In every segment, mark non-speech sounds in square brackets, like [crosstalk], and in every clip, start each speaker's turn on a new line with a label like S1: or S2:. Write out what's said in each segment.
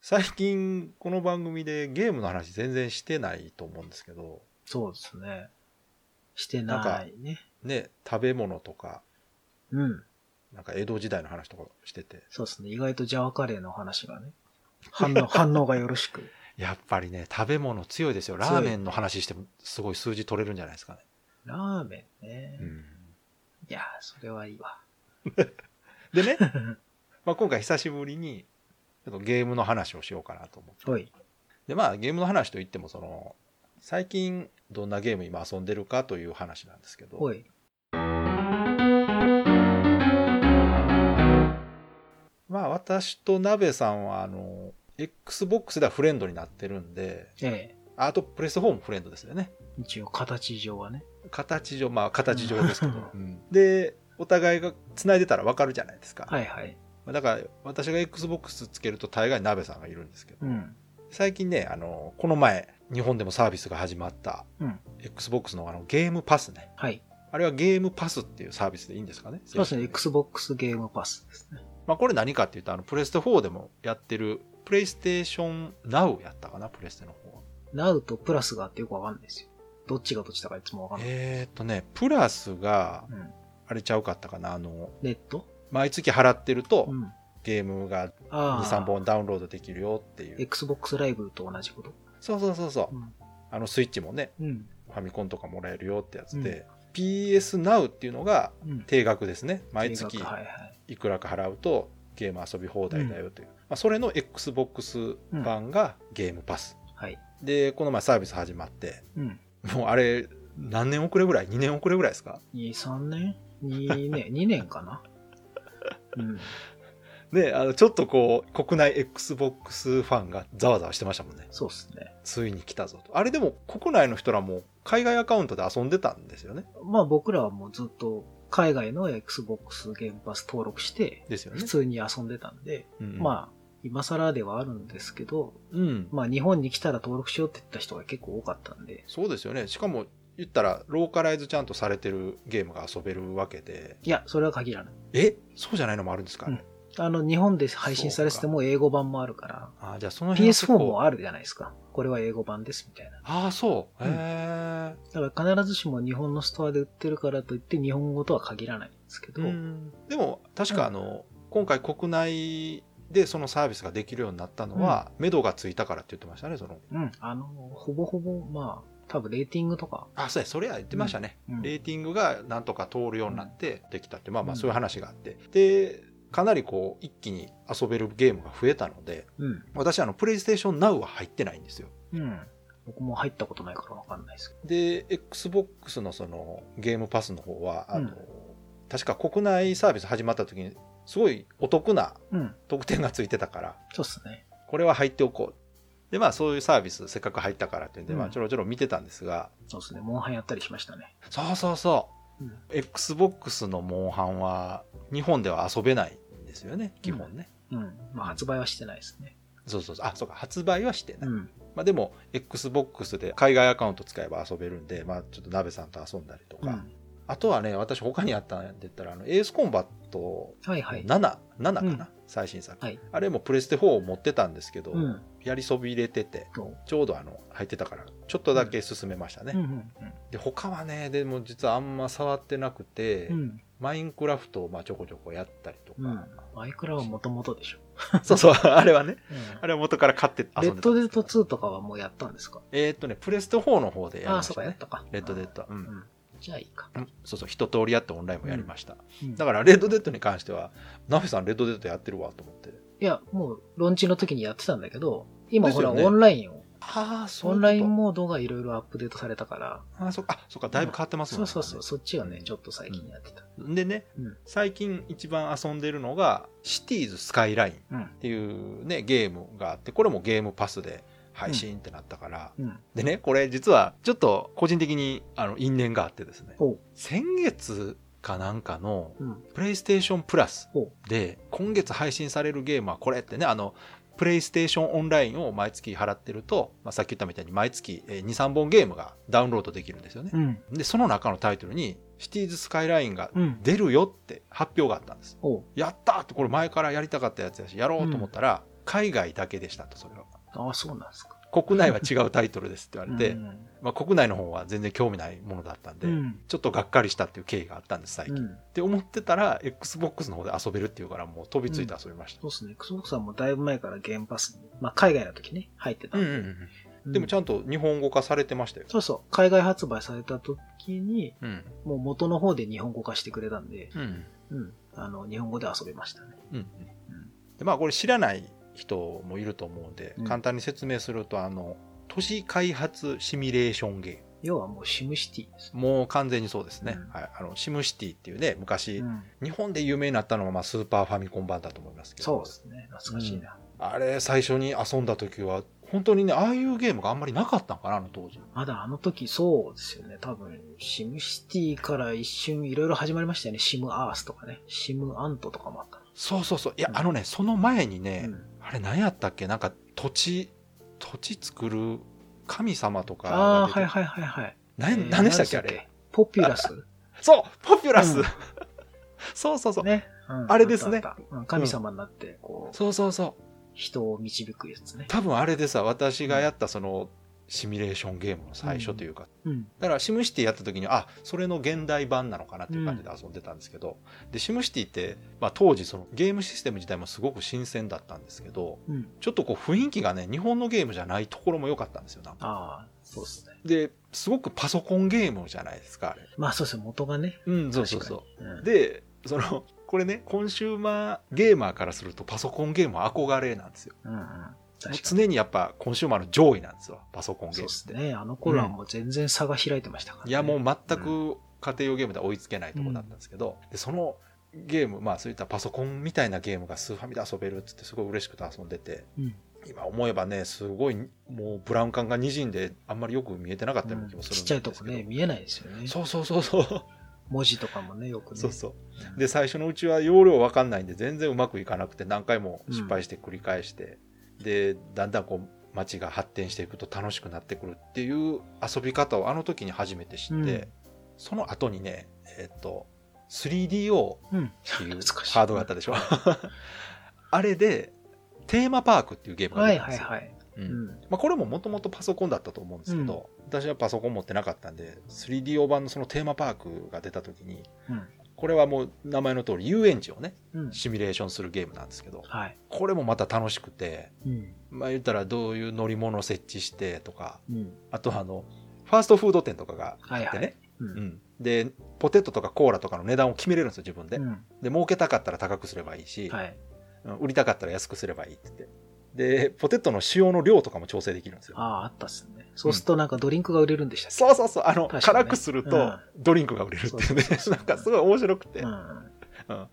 S1: 最近この番組でゲームの話全然してないと思うんですけど、
S2: そうですね。して
S1: なんか
S2: ないね。
S1: ね、食べ物とか、
S2: うん。
S1: なんか江戸時代の話とかしてて、
S2: そうですね。意外とジャワカレーの話が [laughs] ね。反応、反応がよろしく。
S1: やっぱりね、食べ物強いですよ。ラーメンの話してもすごい数字取れるんじゃないですかね。
S2: ラーメンね。
S1: うん
S2: いやー、それはいいわ。
S1: でね、 [laughs] まあ今回久しぶりに、ちょっとゲームの話をしようかなと思って。
S2: おい。
S1: で、まあゲームの話といっても、その、最近どんなゲーム今遊んでるかという話なんですけど、
S2: おい。
S1: まあ私と鍋さんはあの XBOX ではフレンドになってるんで
S2: ええ。
S1: ああとプレスホームフレンドですよね
S2: 一応、形上はね。
S1: 形上まあ形上ですけど、
S2: う
S1: うんでお互いが繋いでたらわかるじゃないですか、
S2: はいはい。
S1: だから私が XBOX つけると大概鍋さんがいるんですけど
S2: うん。
S1: 最近ねあのこの前日本でもサービスが始まった
S2: うん
S1: XBOX のあのゲームパスね
S2: はい。
S1: あれはゲームパスっていうサービスでいいんですかね
S2: そうですね。Xbox ゲームパスですね。
S1: まあ、これ何かっていうとあのプレステ4でもやってるプレイステーション Now やったかなプレステの方は
S2: Now とプラスがあってよくわかんないですよ。どっちがどっちだかいつもわかんない。
S1: えーっとねプラスが
S2: うん。
S1: あれちゃうかったかなあの
S2: ネット
S1: 毎月払ってると
S2: うん。
S1: ゲームが
S2: あ
S1: 23
S2: あ。
S1: 本ダウンロードできるよっていう
S2: Xbox ライブと同じこと。
S1: そうそうそうそう
S2: うん
S1: あのスイッチもね
S2: うん。
S1: ファミコンとかもらえるよってやつで、PS Now っていうのが
S2: うん。
S1: 定額ですね毎月
S2: 定額はいはい。
S1: いくらか払うとゲーム遊び放題だよという、まあ、それの XBOX 版がゲームパス、
S2: はい。
S1: でこの前サービス始まって
S2: うん。
S1: もうあれ何年遅れぐらい2年遅れぐらいですか
S2: 2、3年 ?2 年、2年かなうん。
S1: ねあのちょっとこう国内 XBOX ファンがざわざわしてましたもんね
S2: そうっすね。
S1: ついに来たぞとあれでも国内の人らも海外アカウントで遊んでたんですよね
S2: まあ僕らはもうずっと海外の Xbox ゲームパス登録して、
S1: ですよね
S2: 普、通に遊んでたんで、
S1: あ
S2: まあ今更ではあるんですけど、
S1: うん
S2: まあ日本に来たら登録しようって言った人が結構多かったんで、
S1: そうですよねしかも言ったらローカライズちゃんとされてるゲームが遊べるわけで
S2: いや、それは限らない。
S1: えそうじゃないのもあるんですか、
S2: うんあの、日本で配信されてても英語版もあるから、
S1: あじゃあその辺は結
S2: PS4
S1: 構
S2: もあるじゃないですか。これは英語版ですみたいな。
S1: ああそうへ
S2: うん
S1: え
S2: だから必ずしも日本のストアで売ってるからといって日本語とは限らないんですけど、
S1: でも確かあの、今回国内でそのサービスができるようになったのは、目処がついたからって言ってましたねその
S2: うん、あの、ほぼほぼ、まあ、多分レーティングとか、
S1: あそうやそれは言ってましたね、
S2: うん
S1: レーティングがなんとか通るようになってできたってまあまあ
S2: うん
S1: そういう話があってでかなりこう一気に遊べるゲームが増えたので
S2: うん、
S1: 私あのプレイステーション Now は入ってないんですよ
S2: うん。僕も入ったことないからわかんないですけど。
S1: で XBOX のそのゲームパスの方はあの、
S2: うん
S1: 確か国内サービス始まった時にすごいお得な
S2: うん、
S1: 特典がついてたから
S2: そうっすね。
S1: これは入っておこうでまあそういうサービスせっかく入ったからっていうんで、
S2: うん
S1: まあ、ちょろちょろ見てたんですが
S2: そうっすね。モンハンやったりしましたね。
S1: そうそうそ
S2: うん。
S1: う XBOX のモンハンは日本では遊べないんですよね基本ね、
S2: うん。まあ、発売はしてないですね。
S1: そうそうそうあそうか発売はしてない、
S2: うん。
S1: まあ、でも XBOX で海外アカウント使えば遊べるんでまあちょっと鍋さんと遊んだりと
S2: う
S1: か、
S2: ん。
S1: あとはね私他にあったんで言ったらあのエースコンバット
S2: はいはい。
S1: 77、7かな、
S2: うん
S1: 最新作、
S2: はい
S1: あれもプレステ4を持ってたんですけど、
S2: うん。
S1: やりそびれてて
S2: そう。
S1: ちょうどあの入ってたからちょっとだけ進めましたね、
S2: うんうん
S1: で他はねでも実はあんま触ってなくて、
S2: うん。うん。
S1: マインクラフトをまあちょこちょこやったりとか、
S2: [laughs] うん。マイクラはもともとでしょ。
S1: そうそうあれはね
S2: う
S1: あれは元から買って
S2: ん。
S1: 遊
S2: レ
S1: ん
S2: ッ
S1: でたん
S2: ド
S1: で
S2: デ
S1: す
S2: ッ
S1: けど
S2: ド2とかはもうやったんですか
S1: えーっとねプレステ4の方でやり
S2: ああ、
S1: ま
S2: そ
S1: し
S2: う
S1: た
S2: か、やっ
S1: ね
S2: たか。
S1: レッドデッドうん、
S2: うん。じゃあいいか。
S1: うんそうそう一通りやってオンラインもやりました、
S2: うん
S1: だからレッドデッドに関してはナフェさんレッドデッドやってるわと思って
S2: いや、もう、ロンチの時にやってたんだけど、今
S1: です
S2: ほ
S1: よ
S2: ら、
S1: ね
S2: オンラインを、
S1: ああそ
S2: オンラインモードがいろいろアップデートされたから、
S1: あーそっかあそっかだいぶ変わってますもん
S2: そう
S1: ね
S2: そうそう、そっちをね、ちょっと最近やってた。
S1: でね、
S2: うん
S1: 最近一番遊んでるのがシティーズスカイライン
S2: うん。
S1: っていうねゲームがあってこれもゲームパスで配信ってなったから、
S2: うん。
S1: でねこれ実はちょっと個人的にあの因縁があってですね
S2: ほ
S1: 先月かなんかの
S2: う。うん。
S1: プレイステーションプラス
S2: ほ
S1: で今月配信されるゲームはこれってねあのプレイステーションオンラインを毎月払ってると、まあ、さっき言ったみたいに毎月23本ゲームがダウンロードできるんですよね
S2: う。ん。
S1: でその中のタイトルに「シティーズスカイラインが
S2: うん。
S1: 出るよって発表があったんです。
S2: ほ
S1: やったーってこれ前からやりたかったやつやしやろうと思ったら、
S2: う。
S1: 海外だけでしたと、それは。
S2: ああ、そうなんですか。
S1: 国内は違うタイトルですって言われて、
S2: うん
S1: まあ、国内の方は全然興味ないものだったんで、
S2: うん。
S1: ちょっとがっかりしたっていう経緯があったんです、最近。
S2: う
S1: っ
S2: ん。
S1: て思ってたら、Xbox の方で遊べるっていうから、もう飛びついて遊びました。
S2: そうですね。Xbox さんもだいぶ前からゲームパスに、まあ、海外の時ね、入ってたんで。
S1: でもち
S2: ゃん
S1: ゃんと日本語化されてましたよ。
S2: そうそう。海外発売された時に、
S1: うん。
S2: もう元の方で日本語化してくれたんで、
S1: うん。
S2: うん。あの、日本語で遊べましたね。
S1: うん。で、まあこれ知らない人もいると思うんで
S2: う、ん
S1: 簡単に説明すると、あの、都市開発シミュレーションゲ
S2: 要はもうシムシティです
S1: ーム。もう完全にそうですね
S2: う。ん
S1: はい。あの、シムシティっていうね、
S2: ね。
S1: 昔
S2: う、ん。
S1: 日本で有名になったのは、まあスーパーファミコン版だと思いますけど。
S2: そうですね。懐かしいな。
S1: あれ、最初に遊んだ時は、本当にね、ああいうゲームがあんまりなかったんかな、あの当時。
S2: まだあの時そうですよね。多分、シムシティから一瞬いろいろ始まりましたよね。シムアースとかね。シムアントとかもあったな。
S1: そうそうそう。いや、
S2: うん
S1: あのね、その前にね、
S2: うん
S1: あれ何やったっけなんか土地、土地作る神様とか
S2: ああ、
S1: が出て
S2: はいはいはいはい。
S1: な
S2: えー
S1: 何でしたっけあ
S2: 何
S1: れ。
S2: ポピュラス
S1: そうポピュラス、
S2: うん
S1: [laughs] そうそうそう。
S2: ね。うん
S1: あれですね
S2: あったあったうん神様になって、こう、
S1: そうそうそう。
S2: 人を導くやつね。
S1: 多分あれでさ、私がやったその、シミュレーションゲームの最初というか、
S2: うん。
S1: だからシムシティやった時にあそれの現代版なのかなっていう感じで遊んでたんですけど、でシムシティって、まあ、当時そのゲームシステム自体もすごく新鮮だったんですけど
S2: うん。
S1: ちょっとこう雰囲気がね日本のゲームじゃないところも良かったんですよなんか
S2: ああ、そうですね。
S1: ですごくパソコンゲームじゃないですかあれ
S2: まあそうですね、元がね。
S1: うんそう
S2: 確
S1: そう
S2: かに。
S1: そう
S2: ん、
S1: でそのこれねコンシューマーゲーマーからするとパソコンゲームは憧れなんですよ
S2: うんうん。確か
S1: 常にやっぱコンシューマーの上位なんですよパソコン
S2: に。
S1: ゲー
S2: そう
S1: ム
S2: ですね。あの頃はもう全然差が開いてましたから、ね。
S1: いやもう全く家庭用ゲームでは追いつけないところだったんですけど、でそのゲームまあそういったパソコンみたいなゲームがスーファミで遊べるっつってすごい嬉しくて遊んでて
S2: うん。
S1: 今思えばねすごいもうブラウン管がにじんであんまりよく見えてなかったような気もするんですけど、
S2: ちっちゃいとこね、見えないですよね。
S1: そうそうそうそう
S2: 文字とかもね、よくね。
S1: そうそうで最初のうちは容量わかんないんで全然うまくいかなくて何回も失敗して繰り返して、でだんだんこう街が発展していくと楽しくなってくるっていう遊び方をあの時に初めて知って、
S2: うん
S1: その後にねえっ、と 3DO
S2: う。うん。
S1: っていう
S2: 懐かしい
S1: ハードがあったでしょ [laughs] あれでテーマパークっていうゲームが
S2: は
S1: 出
S2: い
S1: たん
S2: は
S1: で
S2: い
S1: すよ
S2: はい。
S1: うん
S2: うん。
S1: まあ、これももともとパソコンだったと思うんですけど、私はパソコン持ってなかったんで 3DO 版のそのテーマパークが出た時に
S2: うん。
S1: これはもう名前の通り遊園地をね
S2: うん。
S1: シミュレーションするゲームなんですけど
S2: はい。
S1: これもまた楽しくて
S2: うん。
S1: まあ言ったらどういう乗り物を設置してとか
S2: うん。
S1: あとあのファーストフード店とかが
S2: はい
S1: あって
S2: はい。
S1: ね、
S2: う。
S1: うんん、でポテトとかコーラとかの値段を決めれるんですよ自分で、
S2: うん。
S1: で儲けたかったら高くすればいいし、
S2: はい。
S1: うん売りたかったら安くすればいいって言ってでポテトの使用の量とかも調整できるんですよ
S2: ああ、あったっすね。そうするとなんかドリンクが売れるんでしたっ
S1: そうそうそうあの、
S2: 確かにね
S1: 辛くする
S2: う
S1: と
S2: ん
S1: ドリンクが売れるっていうね
S2: そうそうそうそう
S1: なんかすごい面白くて、
S2: けうん。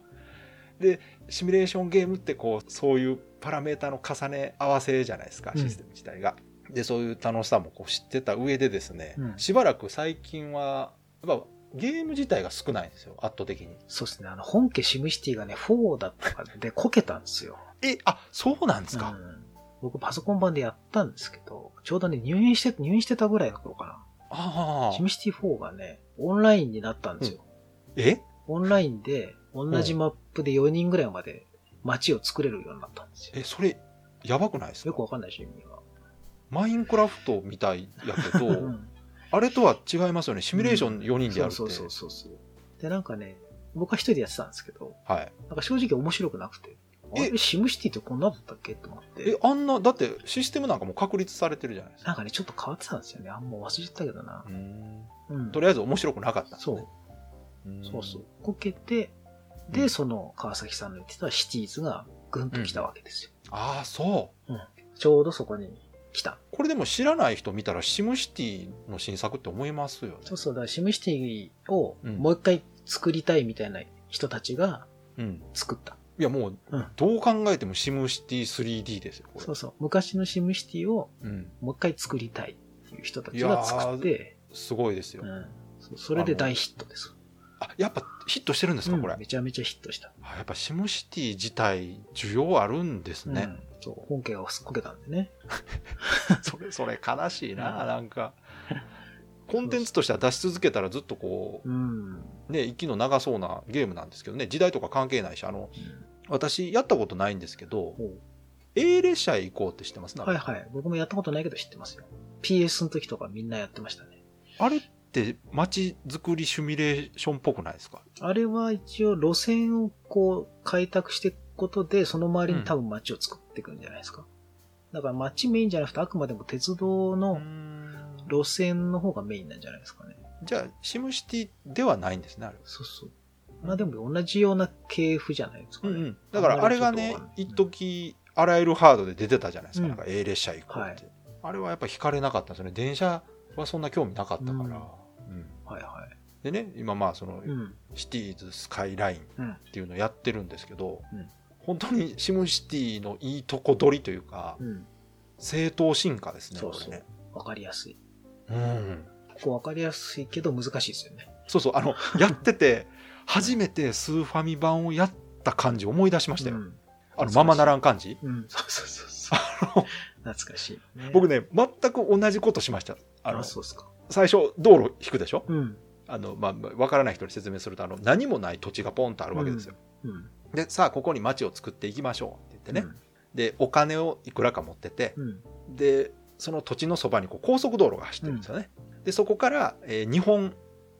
S1: シミュレーションゲームってこうそういうパラメータの重ね合わせじゃないですか
S2: うん
S1: システム自体が。でそういう楽しさもこう知ってた上でですね、
S2: うん
S1: しばらく最近はやっぱゲーム自体が少ないんですよ圧倒的に。
S2: そうですね。あの、本家シムシティがね、4だっ
S1: [laughs]
S2: たかで、こけたんですよ。
S1: えあそうなんです
S2: う
S1: か、
S2: ん僕パソコン版でやったんですけど、ちょうどね、入院して、入院してたぐらいの頃か
S1: あ
S2: な。シ
S1: あ
S2: ムシティ4がね、オンラインになったんですよ。
S1: え
S2: オンラインで、同じマップで4人ぐらいまで街を作れるようになったんですよ。
S1: えそれやばくないです
S2: よ
S1: か
S2: くわかんないでしょ、意味が。
S1: マインクラフトみたいやけど、
S2: うん
S1: あれとは違いますよねシミュレーション4人でやるって、
S2: そうそうそうそうそう。で、なんかね、僕は一人でやってたんですけど、
S1: はい、
S2: なんか正直面白くなくて、あ
S1: え
S2: れ、シムシティってこんなだったっけと思っ
S1: え
S2: て、
S1: あんなだってシステムなんかもう確立されてるじゃないです
S2: なん
S1: か
S2: かね、ちょっと変わってたんですよね。あんま忘れてたけどな
S1: う。ん
S2: うん。
S1: とりあえず面白くなかったんです
S2: そ
S1: ね、
S2: う。
S1: ん
S2: そうそう。こけて、で、
S1: うん
S2: その川崎さんの言ってたシティーズがぐんと来たわけですよ。
S1: ああそう
S2: ちょうどそこに来た。
S1: これでも知らない人見たらシムシティの新作って思いますよね
S2: そうそう。だからシムシティを
S1: うん
S2: もう一回作りたいみたいな人たちが
S1: うん
S2: 作った。
S1: いやもう
S2: うん
S1: どう考えてもシムシティ 3D ですよこれ
S2: そうそう。昔のシムシティを
S1: うん、
S2: もう一回作りたいっていう人たちが作って、
S1: すごいですよ、
S2: うん。そうそれで大ヒットです。
S1: あやっぱヒットしてるんですか、
S2: うん
S1: これ
S2: めちゃめちゃヒットした。
S1: あやっぱシムシティ自体需要あるんです
S2: うん
S1: ね、。
S2: そう。本家がこけたんでね。
S1: [laughs] それそれ悲しいな、
S2: うん
S1: なんかコンテンツとしては出し続けたらずっとこ
S2: うん。
S1: うね息の長そうなゲームなんですけどね時代とか関係ないしあの私やったことないんですけど
S2: ほう
S1: A 列車へ行こうって知ってますなんか
S2: はいはい。僕もやったことないけど知ってますよ。PS の時とかみんなやってましたね。
S1: あれって街づくりシミュレーションっぽくないですか
S2: あれは一応路線をこう開拓していくことで、その周りに多分街を作っていくんじゃないですか。だから街メインじゃなくて、あくまでも鉄道の路線の方がメインなんじゃないですかね。
S1: じゃあ、シムシティではないんですね、あれ。
S2: そうそう。まあでも同じような系譜じゃないですかね。
S1: だから、あれがね、一時、あらゆるハードで出てたじゃないですか、
S2: うん
S1: なんか A 列車行こうって。あれはやっぱ惹かれなかったんですよね。電車はそんな興味なかったから。うん
S2: はいはい。
S1: でね、今まあ、その
S2: う、ん。
S1: シティーズスカイライン
S2: うん
S1: っていうのをやってるんですけど、
S2: うん
S1: 本当にシムシティのいいとこ取りというか、
S2: うん。
S1: 正当進化ですね、
S2: そうそう
S1: これね。
S2: わかりやすい。
S1: うん。
S2: ここわかりやすいけど難しいですよね。
S1: そうそう、あ
S2: [laughs]
S1: の、やってて、初めてスーファミ版をやった感じ思い出しましたよ。
S2: うん。
S1: あの、ままならん感じ。
S2: うん。そうそうそうそう。懐かしい、ね。
S1: 僕ね、全く同じことしました。あ
S2: あ
S1: の、
S2: そうですか。
S1: 最初、道路引くでしょ
S2: うん。
S1: あの、まあ、わからない人に説明すると、あの、何もない土地がポンとあるわけですよ。
S2: うん。
S1: で、さあ、ここに町を作っていきましょうって言ってね。で、お金をいくらか持ってて、
S2: うん。うん。
S1: で、その土地のそばにこう高速道路が走ってるんですよね。で、そこから、えー、日本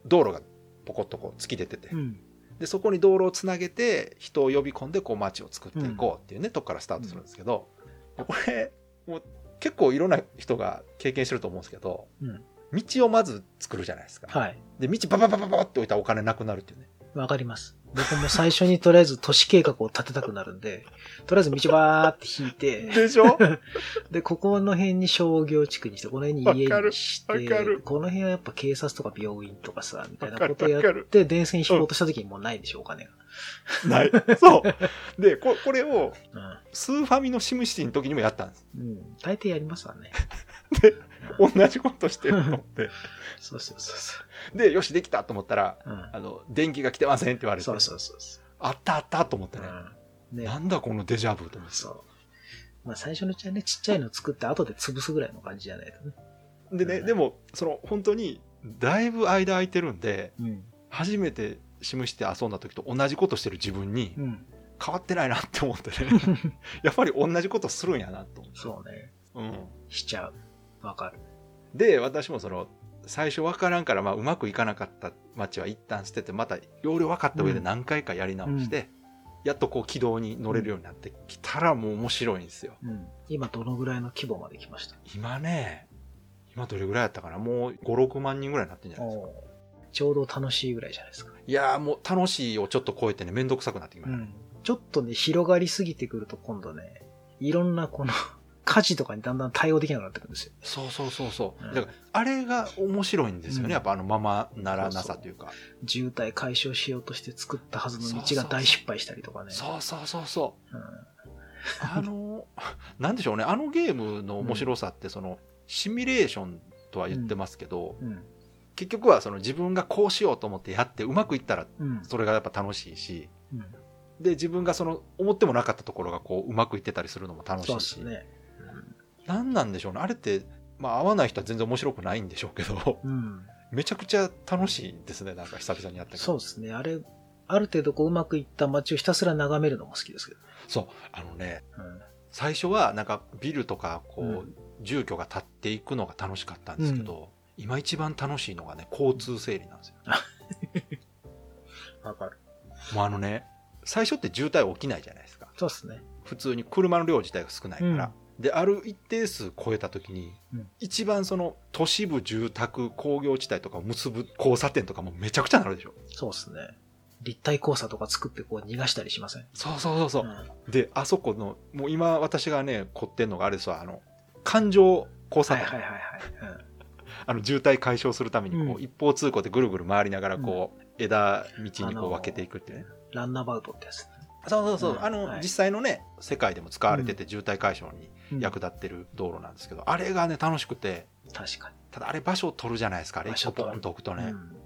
S1: 道路がポコッとこう突き出てて
S2: う、ん。
S1: でそこに道路をつなげて人を呼び込んでこう街を作っていこうっていうね、とこからスタートするんですけど、これもう結構いろんな人が経験してると思うんですけど、
S2: うん
S1: 道をまず作るじゃないですか、
S2: はい。
S1: で道バババババって置いたらお金なくなるっていうね
S2: わかります。僕も最初にとりあえず都市計画を立てたくなるんで、 [laughs] とりあえず道ばーって引いて、
S1: で [laughs] しょ
S2: で、ここの辺に商業地区にして、この辺に
S1: わか
S2: 家
S1: る
S2: にして
S1: わかる、
S2: この辺はやっぱ警察とか病院とかさ、みたいな
S1: わかる
S2: ことやっ
S1: わかる
S2: て、電線引こうとした時にもうないでしょ、お金が。
S1: ないそうでこ [laughs] これを
S2: うん。
S1: スーファミのシムシティの時にもやったんです
S2: うん。大抵やりますわね。
S1: 同じことしてると思って
S2: [laughs] そうそうそうそ
S1: でよしできたと思ったら
S2: う。
S1: あの電気が来てませんって言わ
S2: う
S1: れ
S2: ん。
S1: て
S2: そうそうそうそ
S1: あったあったと思って
S2: う。
S1: ね、
S2: うん。ね
S1: な。んだこのデジャブと思って
S2: そう。まあ最初のうちはね、ちっちゃいの作って後で潰すぐらいの感じじゃないとね。
S1: でね、
S2: うん
S1: でもその本当にだいぶ間空いてるんで
S2: うん。
S1: 初めてシムして遊んだ時と同じことしてる自分に
S2: うん。 [laughs]
S1: 変わってないなって思ってねやっぱり同じことするんやなと
S2: そうね。
S1: 思って、
S2: しちゃう。わかる。
S1: うん、で私もその最初わからんから、まあ、うまくいかなかった街は一旦捨ててまた要領分かった上で
S2: うん
S1: 何回かやり直して、やっとこう軌道に乗れるようになってきたらもう面白いんですよ
S2: うん。今どのぐらいの規模まで来ました
S1: 今ね今どれぐらいやったかなもう56万人ぐらいになってんじゃないですか
S2: ちょうど楽しいぐらいじゃないですか。
S1: いやーもう楽しいをちょっと超えてね、めんどくさくなってきました。
S2: ん。ちょっとね、広がりすぎてくると今度ね、いろんなこの [laughs] 火事とかにだんだん対応できなくなってくるんですよ。
S1: そうそうそうそう。
S2: うん
S1: だから、あれが面白いんですよね、
S2: うん
S1: やっぱあのままならなさというか。
S2: 渋滞解消しようとして作ったはずの
S1: そう
S2: 道
S1: そう
S2: が
S1: そう
S2: 大失敗したりとかね。
S1: そうそうそうそう。
S2: うん
S1: あの [laughs] ー、なんでしょうね、あのゲームの面白さって、その、シミュレーションとは言ってますけど、
S2: うん。
S1: 結局はその自分がこうしようと思ってやって、うまくいったら
S2: うん。
S1: それがやっぱ楽しいし、
S2: うん。
S1: で、自分がその、思ってもなかったところがこう、うまくいってたりするのも楽し
S2: そう
S1: い
S2: で
S1: し。
S2: すね。
S1: なんなんでしょうね、あれって、まあ合わない人は全然面白くないんでしょうけど。 [laughs]
S2: うん。
S1: めちゃくちゃ楽しいですね、なんか久々にやったけど。
S2: そうですね。あれ、ある程度こううまくいった街をひたすら眺めるのも好きですけど。
S1: そうあのね、
S2: うん
S1: 最初はなんかビルとかこう、
S2: う
S1: 住居が建っていくのが楽しかったんですけど、今一番楽しいのがね、交通整理なんですよ。
S2: わかる。
S1: もうあのね、最初って渋滞起きないじゃないですか。
S2: そうですね。
S1: 普通に車の量自体が少ないから。で、ある一定数超えた時に、
S2: うん
S1: 一番その都市部住宅工業地帯とかを結ぶ交差点とかもめちゃくちゃなるでしょ。
S2: そうですね。立体交差とか作ってこう逃がしたりしません
S1: そうそうそうそう。
S2: ん
S1: であそこのもう今私がね凝ってんのがあれですわあの環状交差
S2: はい
S1: 点、
S2: はいはいはい。
S1: あの渋滞解消するためにこう、
S2: うん
S1: 一方通行でぐるぐる回りながらこう、枝道にこ
S2: あ
S1: う
S2: のー
S1: 分けていくっていうね、
S2: うん、ランナバウトってやつ、ね。
S1: そうそうそう、
S2: うん
S1: あの、
S2: はい
S1: 実際のね世界でも使われてて渋滞解消に役立ってる道路なんですけど、あれがね楽しくて
S2: 確か
S1: ただあれ場所を取るじゃないですかあれ
S2: 場
S1: 一
S2: 所
S1: 個ポ
S2: 取る
S1: ンと置くと
S2: に。
S1: ね、うん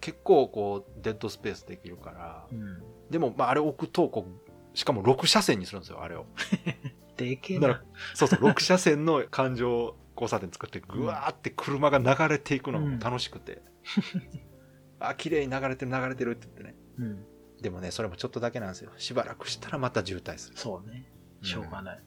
S1: 結構こうデッドスペースできるから
S2: うん。うん。
S1: でも、まあ、あれ置くとこうしかも6車線にするんですよあれを
S2: でけえ
S1: なら
S2: な。
S1: そうそう、6車線の環状交差点作って、ぐわーって車が流れていくのも楽しくて。あ、綺麗に流れてる、流れてるって言ってね。
S2: うん。
S1: でもね、それもちょっとだけなんですよ。しばらくしたらまた渋滞する。
S2: そうね。しょうがない。う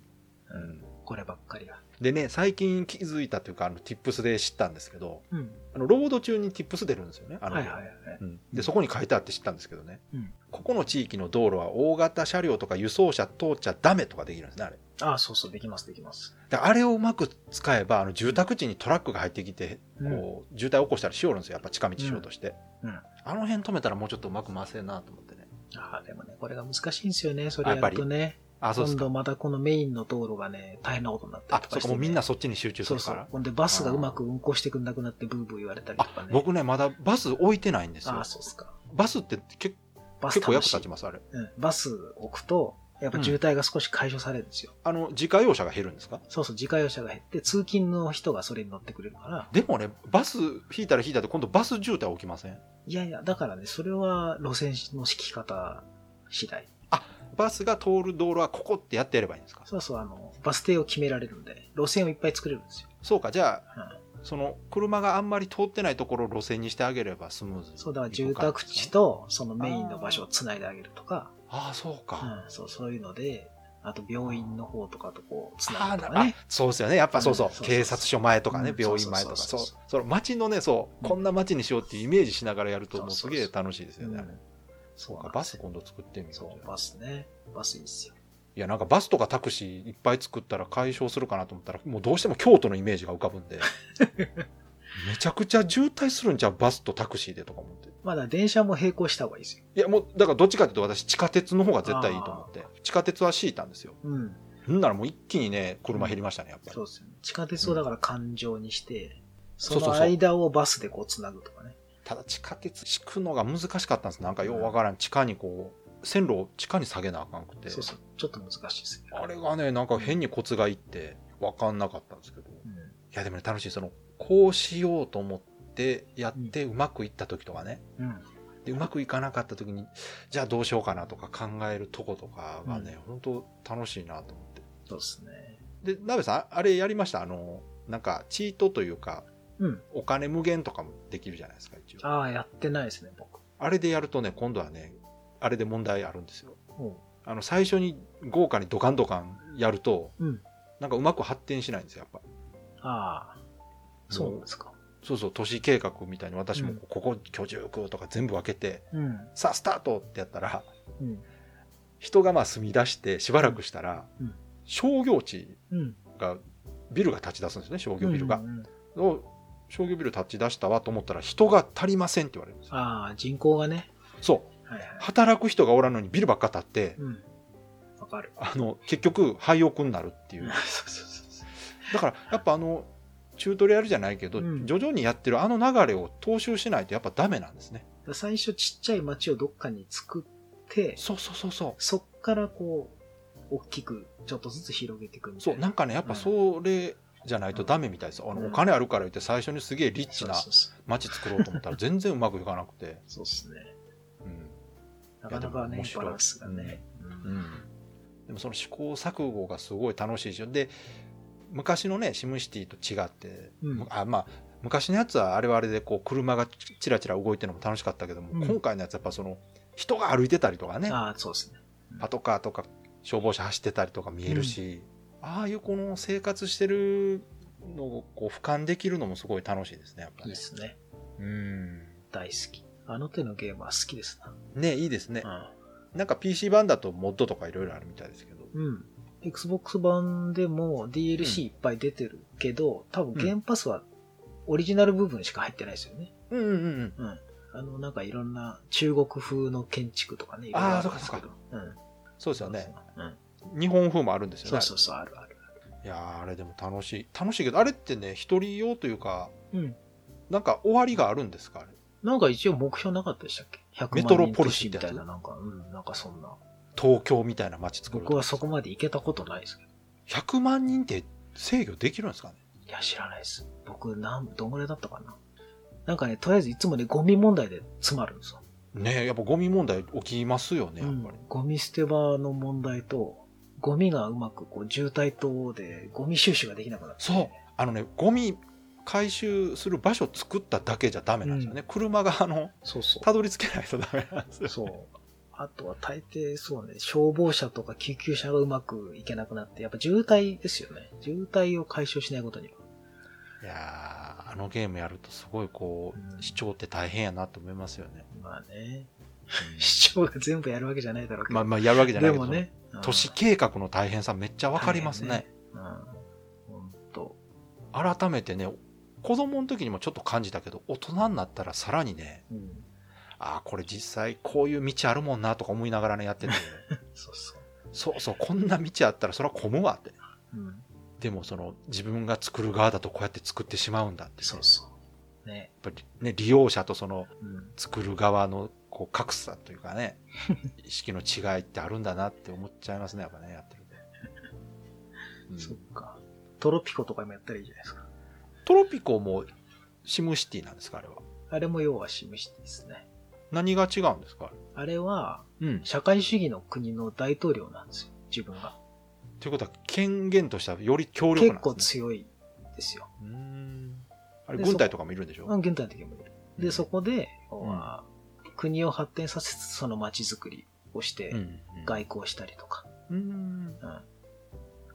S1: うん
S2: こればっかりは。
S1: でね最近気づいたというかあの Tips で知ったんですけど
S2: うん。
S1: あのロード中に Tips 出るんですよねあの、
S2: はいはいはい。
S1: うんでそこに書いてあって知ったんですけどね、
S2: うん
S1: ここの地域の道路は大型車両とか輸送車通っちゃダメとかできるんですねあれ
S2: ああ、そうそう、できます、できます。
S1: だからあれをうまく使えばあの住宅地にトラックが入ってきて
S2: うん。
S1: こう渋滞起こしたりしよるんですよやっぱ近道しようとして、
S2: うんうん
S1: あの辺止めたらもうちょっとうまく回せるなと思ってね
S2: ああ、でもね、これが難しいんですよね、それ
S1: あやっぱ
S2: やる
S1: り
S2: とね。
S1: あそうで
S2: 今
S1: すか
S2: 度またこのメインの道路がね、大変なことになった
S1: あ
S2: りと
S1: そ
S2: か
S1: う
S2: して、
S1: か
S2: ね。
S1: もうみんなそっちに集中す
S2: そう
S1: る
S2: そ
S1: から
S2: う。ほんで、バスがうまく運行してくんなくなってブーブー言われたりとか
S1: あ
S2: ね。
S1: 僕ねまだバス置いてないんです
S2: あ
S1: よ
S2: あ、そうっすか。
S1: バスって結
S2: バス
S1: 結構役
S2: 楽しい
S1: 立ちますあれ
S2: うん、バス置くと、やっぱ渋滞が少し解消されるんですよ。
S1: あの自家用車が減るんですか
S2: そうそう、自家用車が減って、通勤の人がそれに乗ってくれるから、
S1: でもねバス引いたら引いたで今度バス渋滞起きません
S2: いやいや、だからね、それは路線の敷き方次第。
S1: バスが通る道路はここってやってやればいいんですか
S2: そうそう、あの、バス停を決められるんで、路線をいっぱい作れるんですよ。
S1: そうかじゃあ
S2: うん
S1: その車があんまり通ってないところを路線にしてあげればスムーズに
S2: そう、だから住
S1: いく感
S2: 宅
S1: じです
S2: 地
S1: ね
S2: とそのメインの場所をつないであげるとか、
S1: ああそうか、
S2: うん、そう、そういうので、あと病院の方とかとこう、つ
S1: あ
S2: な
S1: あ
S2: ぐと
S1: な
S2: かね。
S1: あそうですよねやっぱそうそう,、
S2: うんそうそうそう
S1: 警察署前とかね、
S2: うん
S1: 病院前とかそ
S2: そ
S1: う
S2: そうそう
S1: う
S2: そう
S1: その街のねそう
S2: うん
S1: こんな街にしようっていうイメージしながらやると
S2: そう
S1: もう
S2: そ
S1: す
S2: うそう
S1: げえ楽しいですよね、
S2: うん
S1: あれそう
S2: そうな
S1: か
S2: んで
S1: バ
S2: す
S1: ス
S2: よ
S1: 今度作ってみよう
S2: そう、バスね。バスいいっすよ。
S1: いやなんかバスとかタクシーいっぱい作ったら解消するかなと思ったらもうどうしても京都のイメージが浮かぶ
S2: [laughs]
S1: んでめちゃくちゃ渋滞するんじゃうバスとタクシーでとか思って
S2: まあだから電車も並行した方がいいですよ。
S1: いやもうだからどっちかというと私地下鉄の方が絶対いいと思って地下鉄は敷いたんですよ
S2: うん。
S1: んならもう一気にね車減りましたねやっぱり
S2: そうですよね。地下鉄をだから環状にして、
S1: そ
S2: そう
S1: そうそう
S2: の間をバスでこうつなぐとかね。
S1: ただ地下鉄敷くのが難しかったんですなんかようわからん地下にこう線路を地下に下げなあかんくて
S2: そうそう。ちょっと難しいですね。
S1: あれがねなんか変にコツがいってわかんなかったんですけどい
S2: うん。
S1: やでもね楽しいそのこうしようと思ってやってうまくいった時とかね
S2: うん。
S1: でうまくいかなかった時にじゃあどうしようかなとか考えるとことかがね、本当楽しいなと思っ
S2: そうですね。
S1: てで鍋さんあれやりましたあのなんかチートというか
S2: うん。
S1: お金無限とかもできるじゃないですか一応
S2: ああ、やってないですね、僕。
S1: あれでやるとね今度はねあれで問題あるんですよ
S2: お
S1: あの最初に豪華にドカンドカンやると、
S2: うん
S1: なんかうまく発展しないんですよやっぱ
S2: ああ。そうなんですか。
S1: そうそう都市計画みたいに私も
S2: うん
S1: ここ居住区とか全部分けて、
S2: うん。
S1: さあスタートってやったら
S2: うん。
S1: 人がまあ住み出してしばらくしたら、
S2: うん
S1: 商業地
S2: うん。
S1: がビルが立ち出すんですね商業ビルが
S2: うん、うんうん
S1: お商業ビル立ち出したわと思ったら人が足りませんって言われるんですよ
S2: ああ、人口がね。
S1: そう
S2: はいはい。
S1: 働く人がおらんのにビルばっか建って
S2: うん。わかる。
S1: あの結局廃屋になるっていう
S2: そうそうそうそう。
S1: だからやっぱあのチュートリアルじゃないけど、
S2: うん
S1: 徐々にやってるあの流れを踏襲しないとやっぱダメなんですね
S2: だから最初ちっちゃい町をどっかに作って、
S1: そうそうそうそ
S2: そっからこう、大きく、ちょっとずつ広げていくみ
S1: う
S2: た
S1: そ
S2: いうな。
S1: なんかねやっぱそれじゃないとダメみたいです、あ
S2: う
S1: の
S2: ん
S1: お金あるから言って最初にすげえリッチ
S2: そう
S1: な
S2: そうそう
S1: 街作ろうと思った
S2: [laughs]
S1: ら全然うまくいかなくて、
S2: そうですね。
S1: うんいや
S2: なかなか
S1: でも
S2: ね
S1: 面、白
S2: バ
S1: い
S2: ランスがね。うん
S1: でもその試行錯誤がすごい楽しいでしょで昔のねシムシティと違って、
S2: うん
S1: あまあ昔のやつはあれはあれでこう車がちらちら動いてるのも楽しかったけども、
S2: うん
S1: 今回のやつはやっぱその人が歩いてたりとかね
S2: ああ、そうですね。
S1: パトカーとか消防車走ってたりとか見えるし、ああいうこの生活してるのをこう俯瞰できるのもすごい楽しいですねやっぱ
S2: いい
S1: ね
S2: で。すね。
S1: うん
S2: 大好き。あの手のゲームは好きです
S1: ねいいですね、
S2: な。
S1: なんか PC 版だとモッドとかいろいろあるみたいですけど、
S2: うん。うん。Xbox 版でも DLC いっぱい出てるけど、多分ゲームパスはオリジナル部分しか入ってないですよね。
S1: うんうんうん
S2: うん。あの、なんかいろんな中国風の建築とかね、いろいろ
S1: あー
S2: るんですけど
S1: そ。
S2: うん。
S1: そうですよね。
S2: うん。
S1: 日本風もあるんですよね
S2: そうそうそう、あるある。
S1: いやーあれでも楽しい楽しいけどあれってね一人用というか
S2: うん。
S1: なんか終わりがあるんですかあれ
S2: なんか一応目標なかったでしたっけ ?100 万人
S1: メトロポリスって
S2: み
S1: やつ
S2: たいな、なんか、うん、なんかそんな。
S1: 東京みたいな街作ると
S2: 僕はそこまで行けたことないですけど。
S1: 100万人って制御できるんですかね
S2: いや、知らないです。僕、なん、どんぐらいだったかな。なんかね、とりあえずいつもね、ゴミ問題で詰まるんですよ。
S1: ねえやっぱゴミ問題起きますよねやっぱり、
S2: うんゴミ捨て場の問題と、ゴミがうまくこう渋滞等でゴミ収集ができなくなって、
S1: そうあのねゴミ回収する場所作っただけじゃダメなんですよね、車があの
S2: そうそ
S1: たどり着けないとダメなんです
S2: う。
S1: よ
S2: そう。あとは大抵そうね、消防車とか救急車がうまくいけなくなって、やっぱ渋滞ですよね。渋滞を解消しないことには。
S1: いやーあのゲームやるとすごいこ
S2: うん
S1: う、視聴って大変やなと思いますよね。
S2: まあね、市長が全部やるわけじゃないだろうけど。
S1: まあまあやるわけじゃな
S2: で
S1: いけ
S2: も
S1: ど、
S2: ね、うん
S1: 都市計画の大変さめっちゃわかりますね。。
S2: 大変うん。本当。
S1: 改めてね、子供の時にもちょっと感じたけど、大人になったらさらにね、
S2: うん。
S1: ああ、これ実際こういう道あるもんなとか思いながらね、やって
S2: [laughs]
S1: て、
S2: そうそう。
S1: そうそう、こんな道あったらそれは混むわって。
S2: うん。
S1: でもその自分が作る側だとこうやって作ってしまうんだってね、
S2: そう
S1: や
S2: そう。ね。
S1: っぱりね、利用者とその
S2: うん。
S1: 作る側のこう格差というか [laughs] ね、意識の違いってあるんだなって思っちゃいますね、やっぱね、やってると。うん
S2: そっか。トロピコとかもやったらいいじゃないですか。
S1: トロピコもシムシティなんですか、あれは。
S2: あれも要は示してですね。
S1: 何が違うんですか、あ
S2: あれは、
S1: れうん。
S2: 社会主義の国の大統領なんですよ。自分が。
S1: ということは、権限としてはより強力
S2: 結
S1: なん
S2: 構
S1: ですね。
S2: 強いですよ。
S1: うーんあれ、
S2: で
S1: 軍隊とかもいるんでしょ
S2: うん、現代的にもいる。で、そこで、要
S1: うん
S2: は国を発展させつつ、その街づくりをして、
S1: うんうんうん
S2: 外交したりとか、
S1: うん
S2: うん。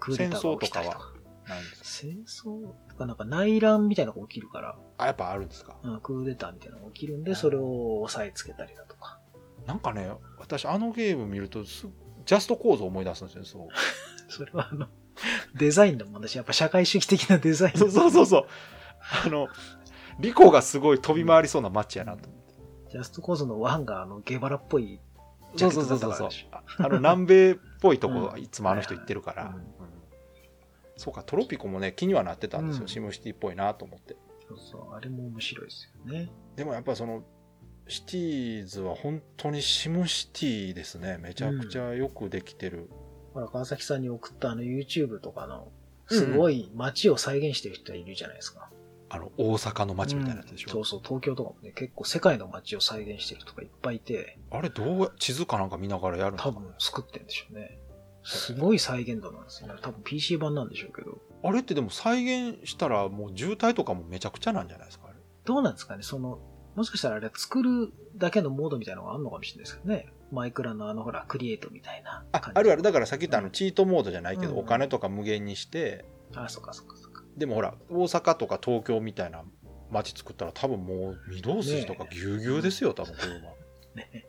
S2: クーデターが起きたりとか。
S1: ないんですか
S2: 戦争とかなんか内乱みたいなのが起きるから、
S1: あ、やっぱあるんですか
S2: うん、クーデターみたいなのが起きるんで、それを押さえつけたりだとか。 [laughs]
S1: なんかね、私、あのゲーム見るとす、ジャスト構造思い出すんですよ、そう。
S2: それはあの、デザインの問題し、やっぱ社会主義的なデザイ
S1: [laughs]
S2: ン
S1: そうそうそう
S2: う。
S1: そう。あの、リコがすごい飛び回りそうなマッチやなと。
S2: ジャストコーズのワンがあの、ゲバラっぽいジ
S1: そ
S2: ャ
S1: う
S2: ケ
S1: そう
S2: ッ
S1: そ
S2: ト
S1: う
S2: だ
S1: そうそ
S2: ったから
S1: う
S2: でしょ。。
S1: あの、南米っぽいとこ、
S2: うん
S1: いつもあの人行ってるから、
S2: うん
S1: そうか、トロピコもね、気にはなってたんですよ、
S2: うん
S1: シムシティっぽいなと思って。
S2: そうそう、あれも面白いですよね。
S1: でもやっぱその、シティーズは本当にシムシティですね。めちゃくちゃよくできてる。
S2: ほら、川崎さんに送ったあの YouTube とかの、
S1: うんうん
S2: すごい街を再現してる人いるじゃないですか。
S1: あの、大阪の街みたいなやつでし
S2: うんそ
S1: ょ
S2: う。そう、東京とかもね、結構世界の街を再現してる人がいっぱいいて、
S1: あれ、どう、地図かなんか見ながらやるんです
S2: 多
S1: か
S2: 分作ってんでしょうね。すごい再現度なんですよね。多分 PC 版なんでしょうけど。
S1: あれってでも再現したらもう渋滞とかもめちゃくちゃなんじゃないですかあれ
S2: どうなんですかねその、もしかしたらあれ作るだけのモードみたいなのがあるのかもしれないですけどね。マイクラのあのほら、クリエイトみたいな感じ
S1: あ。あるある。だからさっき言ったあのチートモードじゃないけど、
S2: うん
S1: お金とか無限にして
S2: あ、そっかそっかそっか。
S1: でもほら大阪とか東京みたいな街作ったら多分もう御堂筋とかぎゅうぎゅうですよ、多分
S2: [laughs] ね、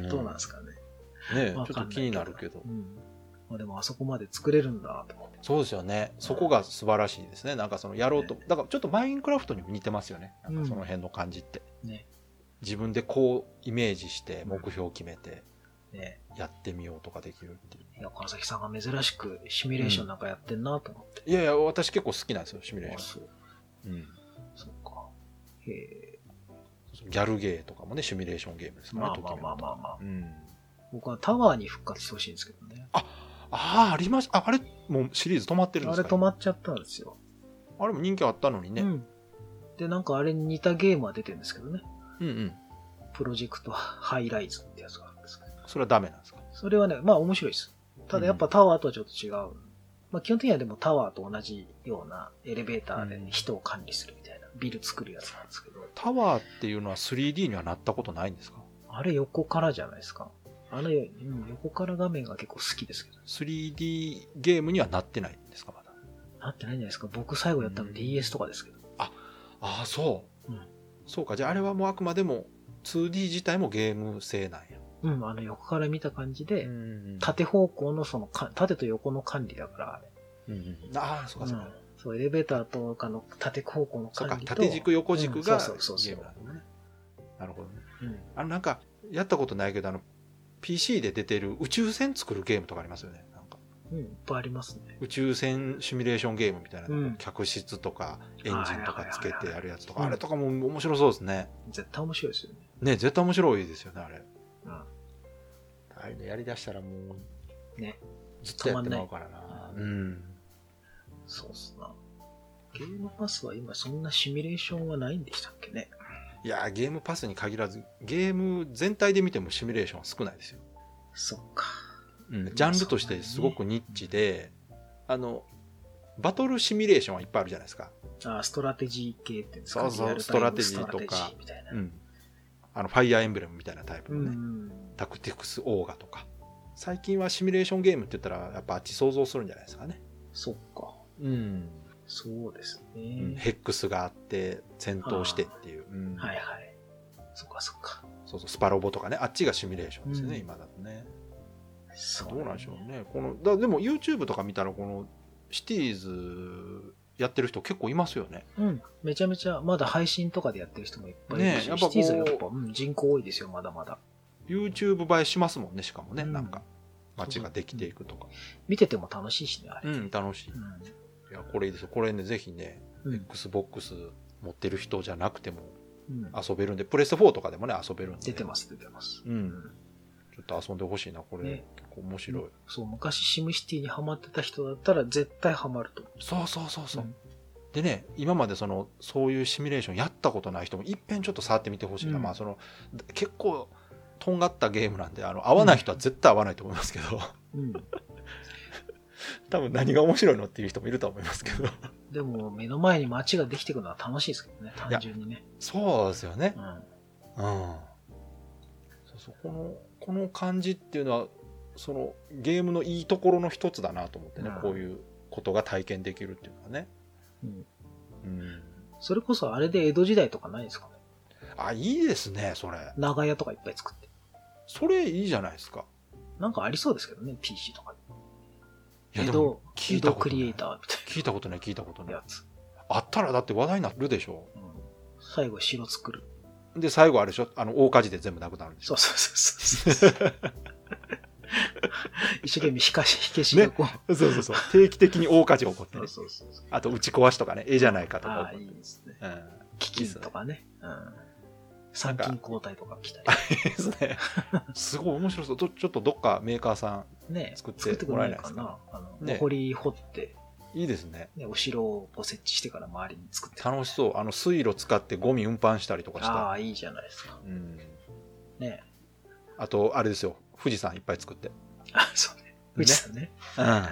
S1: 車、
S2: どうなんですすかね。
S1: かねえちょ
S2: わ
S1: っ
S2: か
S1: と
S2: んい
S1: 気になるけど
S2: うん。まあでもあそこまで作れるんだと思って。
S1: そうですよねそこが素晴らしいですねなんかそのやろうとだからちょっとマインクラフトにも似てますよねなんかその辺の感じって、
S2: うんね
S1: 自分でこうイメージして目標を決めて
S2: ね。
S1: やってみようとかできるっていう
S2: いや、川崎さんが珍しくシミュレーションなんかやってんなと思って。
S1: いやいや、私結構好きなんですよ、シミュレー
S2: あ
S1: シ
S2: そう。
S1: ョン。うん
S2: そっか。へえ。
S1: ギャルゲーとかもね、シミュレーションゲームですか
S2: ま
S1: ら
S2: あ
S1: ね、
S2: まあまあまあまあ
S1: と。きめくうん。
S2: 僕はタワーに復活してほしいんですけどね。
S1: ああ、ありました。ああれ、もうシリーズ止まってるんで
S2: あ
S1: す
S2: れ
S1: か、
S2: 止まっちゃったんですよ。
S1: あれも人気あったのにね。
S2: う
S1: うん、
S2: ん。で、なんかあれに似たゲームは出てるんですけどね。
S1: うん
S2: プロジェクトハイライズってやつがあるんですけど。
S1: それはダメなんですか
S2: それはね、まあ面白いです。ただやっぱタワーとはちょっと違う。まあ基本的にはでもタワーと同じようなエレベーターで
S1: うん
S2: 人を管理するみたいな、ビル作るやつなんですけど、
S1: タワーっていうのは 3D にはなったことないんですか
S2: あれ横からじゃないですか。あの、うん横から画面が結構好きですけど。
S1: ?3D ゲームにはなってないんですかまだ。
S2: なってないんじゃないですか。僕最後やった
S1: う
S2: の
S1: ん
S2: DS とかですけど。
S1: ああ、そう。
S2: うん
S1: そうか、じゃああれはもうあくまでも 2D 自体もゲーム性なんや。
S2: うん、あの横から見た感じで、
S1: ん
S2: 縦方向のそのか、縦と横の管理だから、あれ。
S1: うんうん、ああ、そうかそうか。
S2: うんそう、エレベーターとかの縦方向の
S1: そう
S2: 管
S1: か、
S2: 理と
S1: 縦軸、横軸が
S2: うん
S1: ゲ
S2: そうそうそうそう
S1: ームなんだね。なるほどね。
S2: うん
S1: あの、なんか、やったことないけど、あの、PC で出てる宇宙船作るゲームとかありますよね。なんか、
S2: うん、いっぱいありますね。
S1: 宇宙船シミュレーションゲームみたいな、
S2: うん
S1: 客室とか、エンジンとかつけてやるやつとか、
S2: は
S1: あ
S2: いは
S1: れ
S2: いはいはい
S1: とかも面白そうですね。
S2: 絶対面白いですよね。
S1: ね、絶対面白いですよね、あれ。
S2: うん。
S1: ああいうのやりだしたらもう、
S2: ね、
S1: ずっとやってまうからな。うん。
S2: そうっすな。ゲームパスは今そんなシミュレーションはないんでしたっけね。
S1: いやー、ゲームパスに限らず、ゲーム全体で見てもシミュレーションは少ないですよ。
S2: そっか。
S1: うんジャンルとしてすごくニッチで、あの、バトルシミュレーションはいっぱいあるじゃないですか。
S2: あストラテジー系っていうんですか
S1: そうそう
S2: リアルタイム
S1: ストラテジーとか
S2: ストラテジーみたいな。
S1: うん。あの、ファイアーエンブレムみたいなタイプ
S2: う
S1: のね、
S2: ん。
S1: タクティクスオーガとか。最近はシミュレーションゲームって言ったら、やっぱあっち想像するんじゃないですかね。
S2: そっか。
S1: うん。
S2: そうです
S1: うん
S2: ね。
S1: ヘックスがあって、戦闘してっていう。うん
S2: はいはい。そっかそっか。
S1: そうそう、スパロボとかね、あっちがシミュレーションですよね、
S2: うん
S1: 今だとね。
S2: そ
S1: どうなんでしょうね。この、だでも YouTube とか見たら、この、シティーズやってる人結構いますよね。
S2: うん。めちゃめちゃ、まだ配信とかでやってる人もいっぱいいる
S1: ねえ
S2: し、
S1: やっぱこ
S2: シ
S1: う
S2: ティーズはやっぱ、うん、人口多いですよ、まだまだ。
S1: YouTube 映えしますもんね、しかもね、
S2: うん
S1: なんか、街ができていくとか。
S2: 見てても楽しいしね、あれ。
S1: うん、楽しい。いや、これいいですよ。これね、ぜひね、
S2: うん。うん。
S1: Xbox 持ってる人じゃなくても
S2: うん、
S1: 遊べるんで、プレステ4とかでもね、遊べるんで。
S2: 出てます、出てます。
S1: う。
S2: うん
S1: ちょっと遊んでほしいな、これ。
S2: ね
S1: 結構面白い。
S2: そう、昔シムシティにハマってた人だったら絶対ハマると思
S1: そうそうそうそう。
S2: うん
S1: でね、今までその、そういうシミュレーションやったことない人も、いっぺんちょっと触ってみてほしいな。
S2: うん
S1: まあ、その、結構、とんがったゲームなんで、あの、合わない人は絶対合わないと思いますけど、 [laughs]
S2: う。うん。
S1: 多分何が面白いのっていう人もいると思いますけど。
S2: でも、目の前に街ができてくのは楽しいですけどね、単純にね。
S1: そうですよね
S2: う。ん。
S1: そうそうこのこの感じっていうのはそのゲームのいいところの一つだなと思ってね、
S2: うん
S1: こういうことが体験できるっていうのはね、
S2: うん
S1: うん、
S2: それこそあれで江戸時代とかないんですかね。
S1: あいいですねそれ
S2: 長屋とかいっぱい作って。
S1: それいいじゃないですか
S2: なんかありそうですけどね、PC とかで。
S1: いや
S2: 江
S1: で
S2: 戸
S1: も、聞
S2: 江
S1: いた
S2: 戸
S1: こと
S2: ク
S1: ない
S2: リエイターみたい
S1: 聞いたことない聞いたこと
S2: な
S1: ない
S2: やつ。
S1: あったらだって話題になるでしょ
S2: うん。最後、城作る。
S1: で最後あれでしょあの大火事で全部なくなるんでしょ
S2: そうそうそうそうそう。一生懸命火消し、火消しがこう。
S1: そうそうそう定期的に大火事起こって
S2: そ
S1: ね
S2: うそうそうそう。
S1: あと打ち壊しとかね絵じゃないかと
S2: あ
S1: か
S2: あ、
S1: 起こ
S2: い
S1: っ
S2: いですね。
S1: てうん
S2: 基金とかね。うん。参勤交代とか来た
S1: ですね。すごい面白そう。ちょちょっとどっかメーカーさ
S2: り。ね
S1: 作って
S2: 作ってくれないか
S1: もら
S2: な。あの、
S1: ね
S2: お堀掘って、
S1: ん、いいですね。
S2: ね、お城をこう設置してから周りに作って。
S1: 楽しそう。あの、水路使ってゴミ運搬したりとかした。
S2: ああ、いいじゃないですか。
S1: うん。
S2: ね。
S1: あと、あれですよ。富士山いっぱい作って。
S2: [laughs] あ、そうね。富士山ね。
S1: うん
S2: は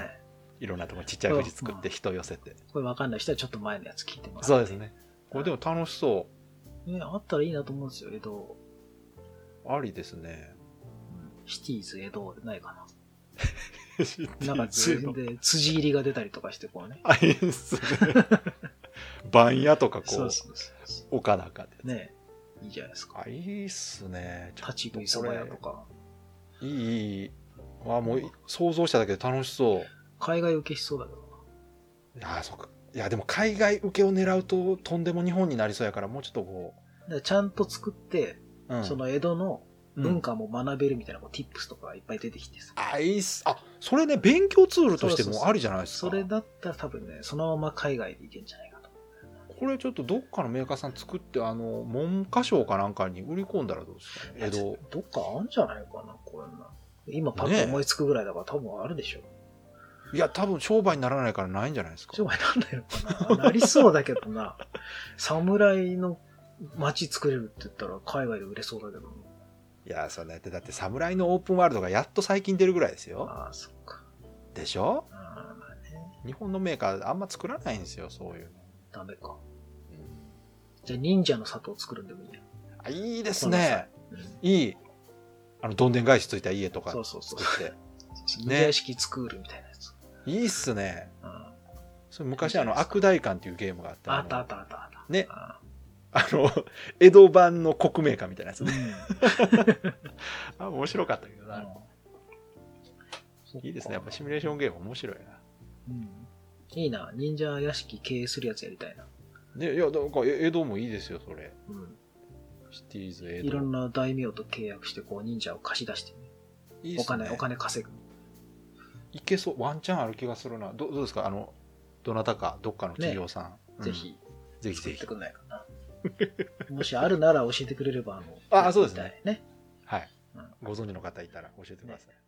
S2: い。
S1: いろんなとこにちっちゃい富士作って人寄せて。
S2: これわかんない人はちょっと前のやつ聞いてもらって。
S1: そうですね。これでも楽しそ
S2: ね。あったらいいなと思うんですよ、江戸。
S1: う。ありですね。
S2: シティーズ江戸ないか
S1: 知って
S2: [laughs] な。な
S1: る
S2: んか
S1: け
S2: つ
S1: ど
S2: で辻入りが出たりとかしてこうね。
S1: あ、いいですね。番屋とかこ
S2: そう
S1: う、
S2: そうそ
S1: 岡中で。
S2: う。ねいいじゃないですか。
S1: あ、いいっすね。ちょっ
S2: 立ち食いそば屋とか。
S1: といい、いい。わあ、もうい想像しただけで楽しそう。
S2: 海外受けしそうだけど
S1: ああ、そっか。いや、でも海外受けを狙うと、とんでも日本になりそうやから、もうちょっとこ
S2: な。だからちゃんと作って、
S1: う。うん、
S2: その江戸の文
S1: 化。
S2: 化も学べるみたいな、こう、ティップスとかがいっぱい出てきてさ。
S1: あ、いいっす。あ、それね、勉強ツールとして
S2: そうそ
S1: も
S2: うそう
S1: ありじゃないですか。
S2: それだったら多分ね、そのまま海外で行けんじゃないかと。
S1: これちょっとどっかのメーカーさん作って、あの、文科省かなんかに売り込んだらどうですかね。江戸。
S2: どっかあんじゃないかな、こんな。今パッと思いつくぐらいだから、多分あるでしょ。
S1: いや、多分商売にならないからないんじゃないですか。
S2: 商売なんないのかななりそうだけどな。 [laughs] 侍の街作れるって言ったら海外で売れそうだけど
S1: いや、そうね。だって、侍のオープンワールドがやっと最近出るぐらいです
S2: な。
S1: よ。
S2: ああ、そっか。
S1: でしょ
S2: うん、まあね。
S1: 日本のメーカーあんま作らないんですよ、そういうの。
S2: ダメか。
S1: うん
S2: じゃあ忍者の里を作るんでもいいや。
S1: あ、いいです
S2: ごめんなさ
S1: ね。いい。あの、どんでん返しついた家とか
S2: そうそうそう。
S1: 作って。
S2: 忍者屋敷作るみたいなやつ。
S1: いいっすね。
S2: うん、
S1: それ昔あの、悪大官っていうゲームがあって。
S2: あったあったあったあった。
S1: ね
S2: あ
S1: あの、江戸版の国名館みたいなやつ
S2: ー。う
S1: ね。
S2: ん
S1: あ、面白かったけど
S2: う
S1: な。
S2: ん
S1: いいですね。やっぱシミュレーションゲーム面白いな。
S2: うんいいな。忍者屋敷経営するやつやりたいな。
S1: ね、いや、なんかえ江戸もいいですよ、それ。
S2: うん。
S1: シティーズ江戸。
S2: いろんな大名と契約して、こう、忍者を貸し出してね、
S1: いいっ
S2: お
S1: すね
S2: 金、お。金稼ぐ。
S1: いけそう。ワンチャンある気がするな。どどうですかあの、どなたか、どっかの企業さん。うん
S2: ぜ。ひ、
S1: ぜひ
S2: 作
S1: ぜ
S2: って
S1: ひ。
S2: くんないかな。もしあるなら教えてくれれば、あの、
S1: あそうですね
S2: やりたいね。
S1: はい
S2: うん。
S1: ご存知の方いたら教えてください。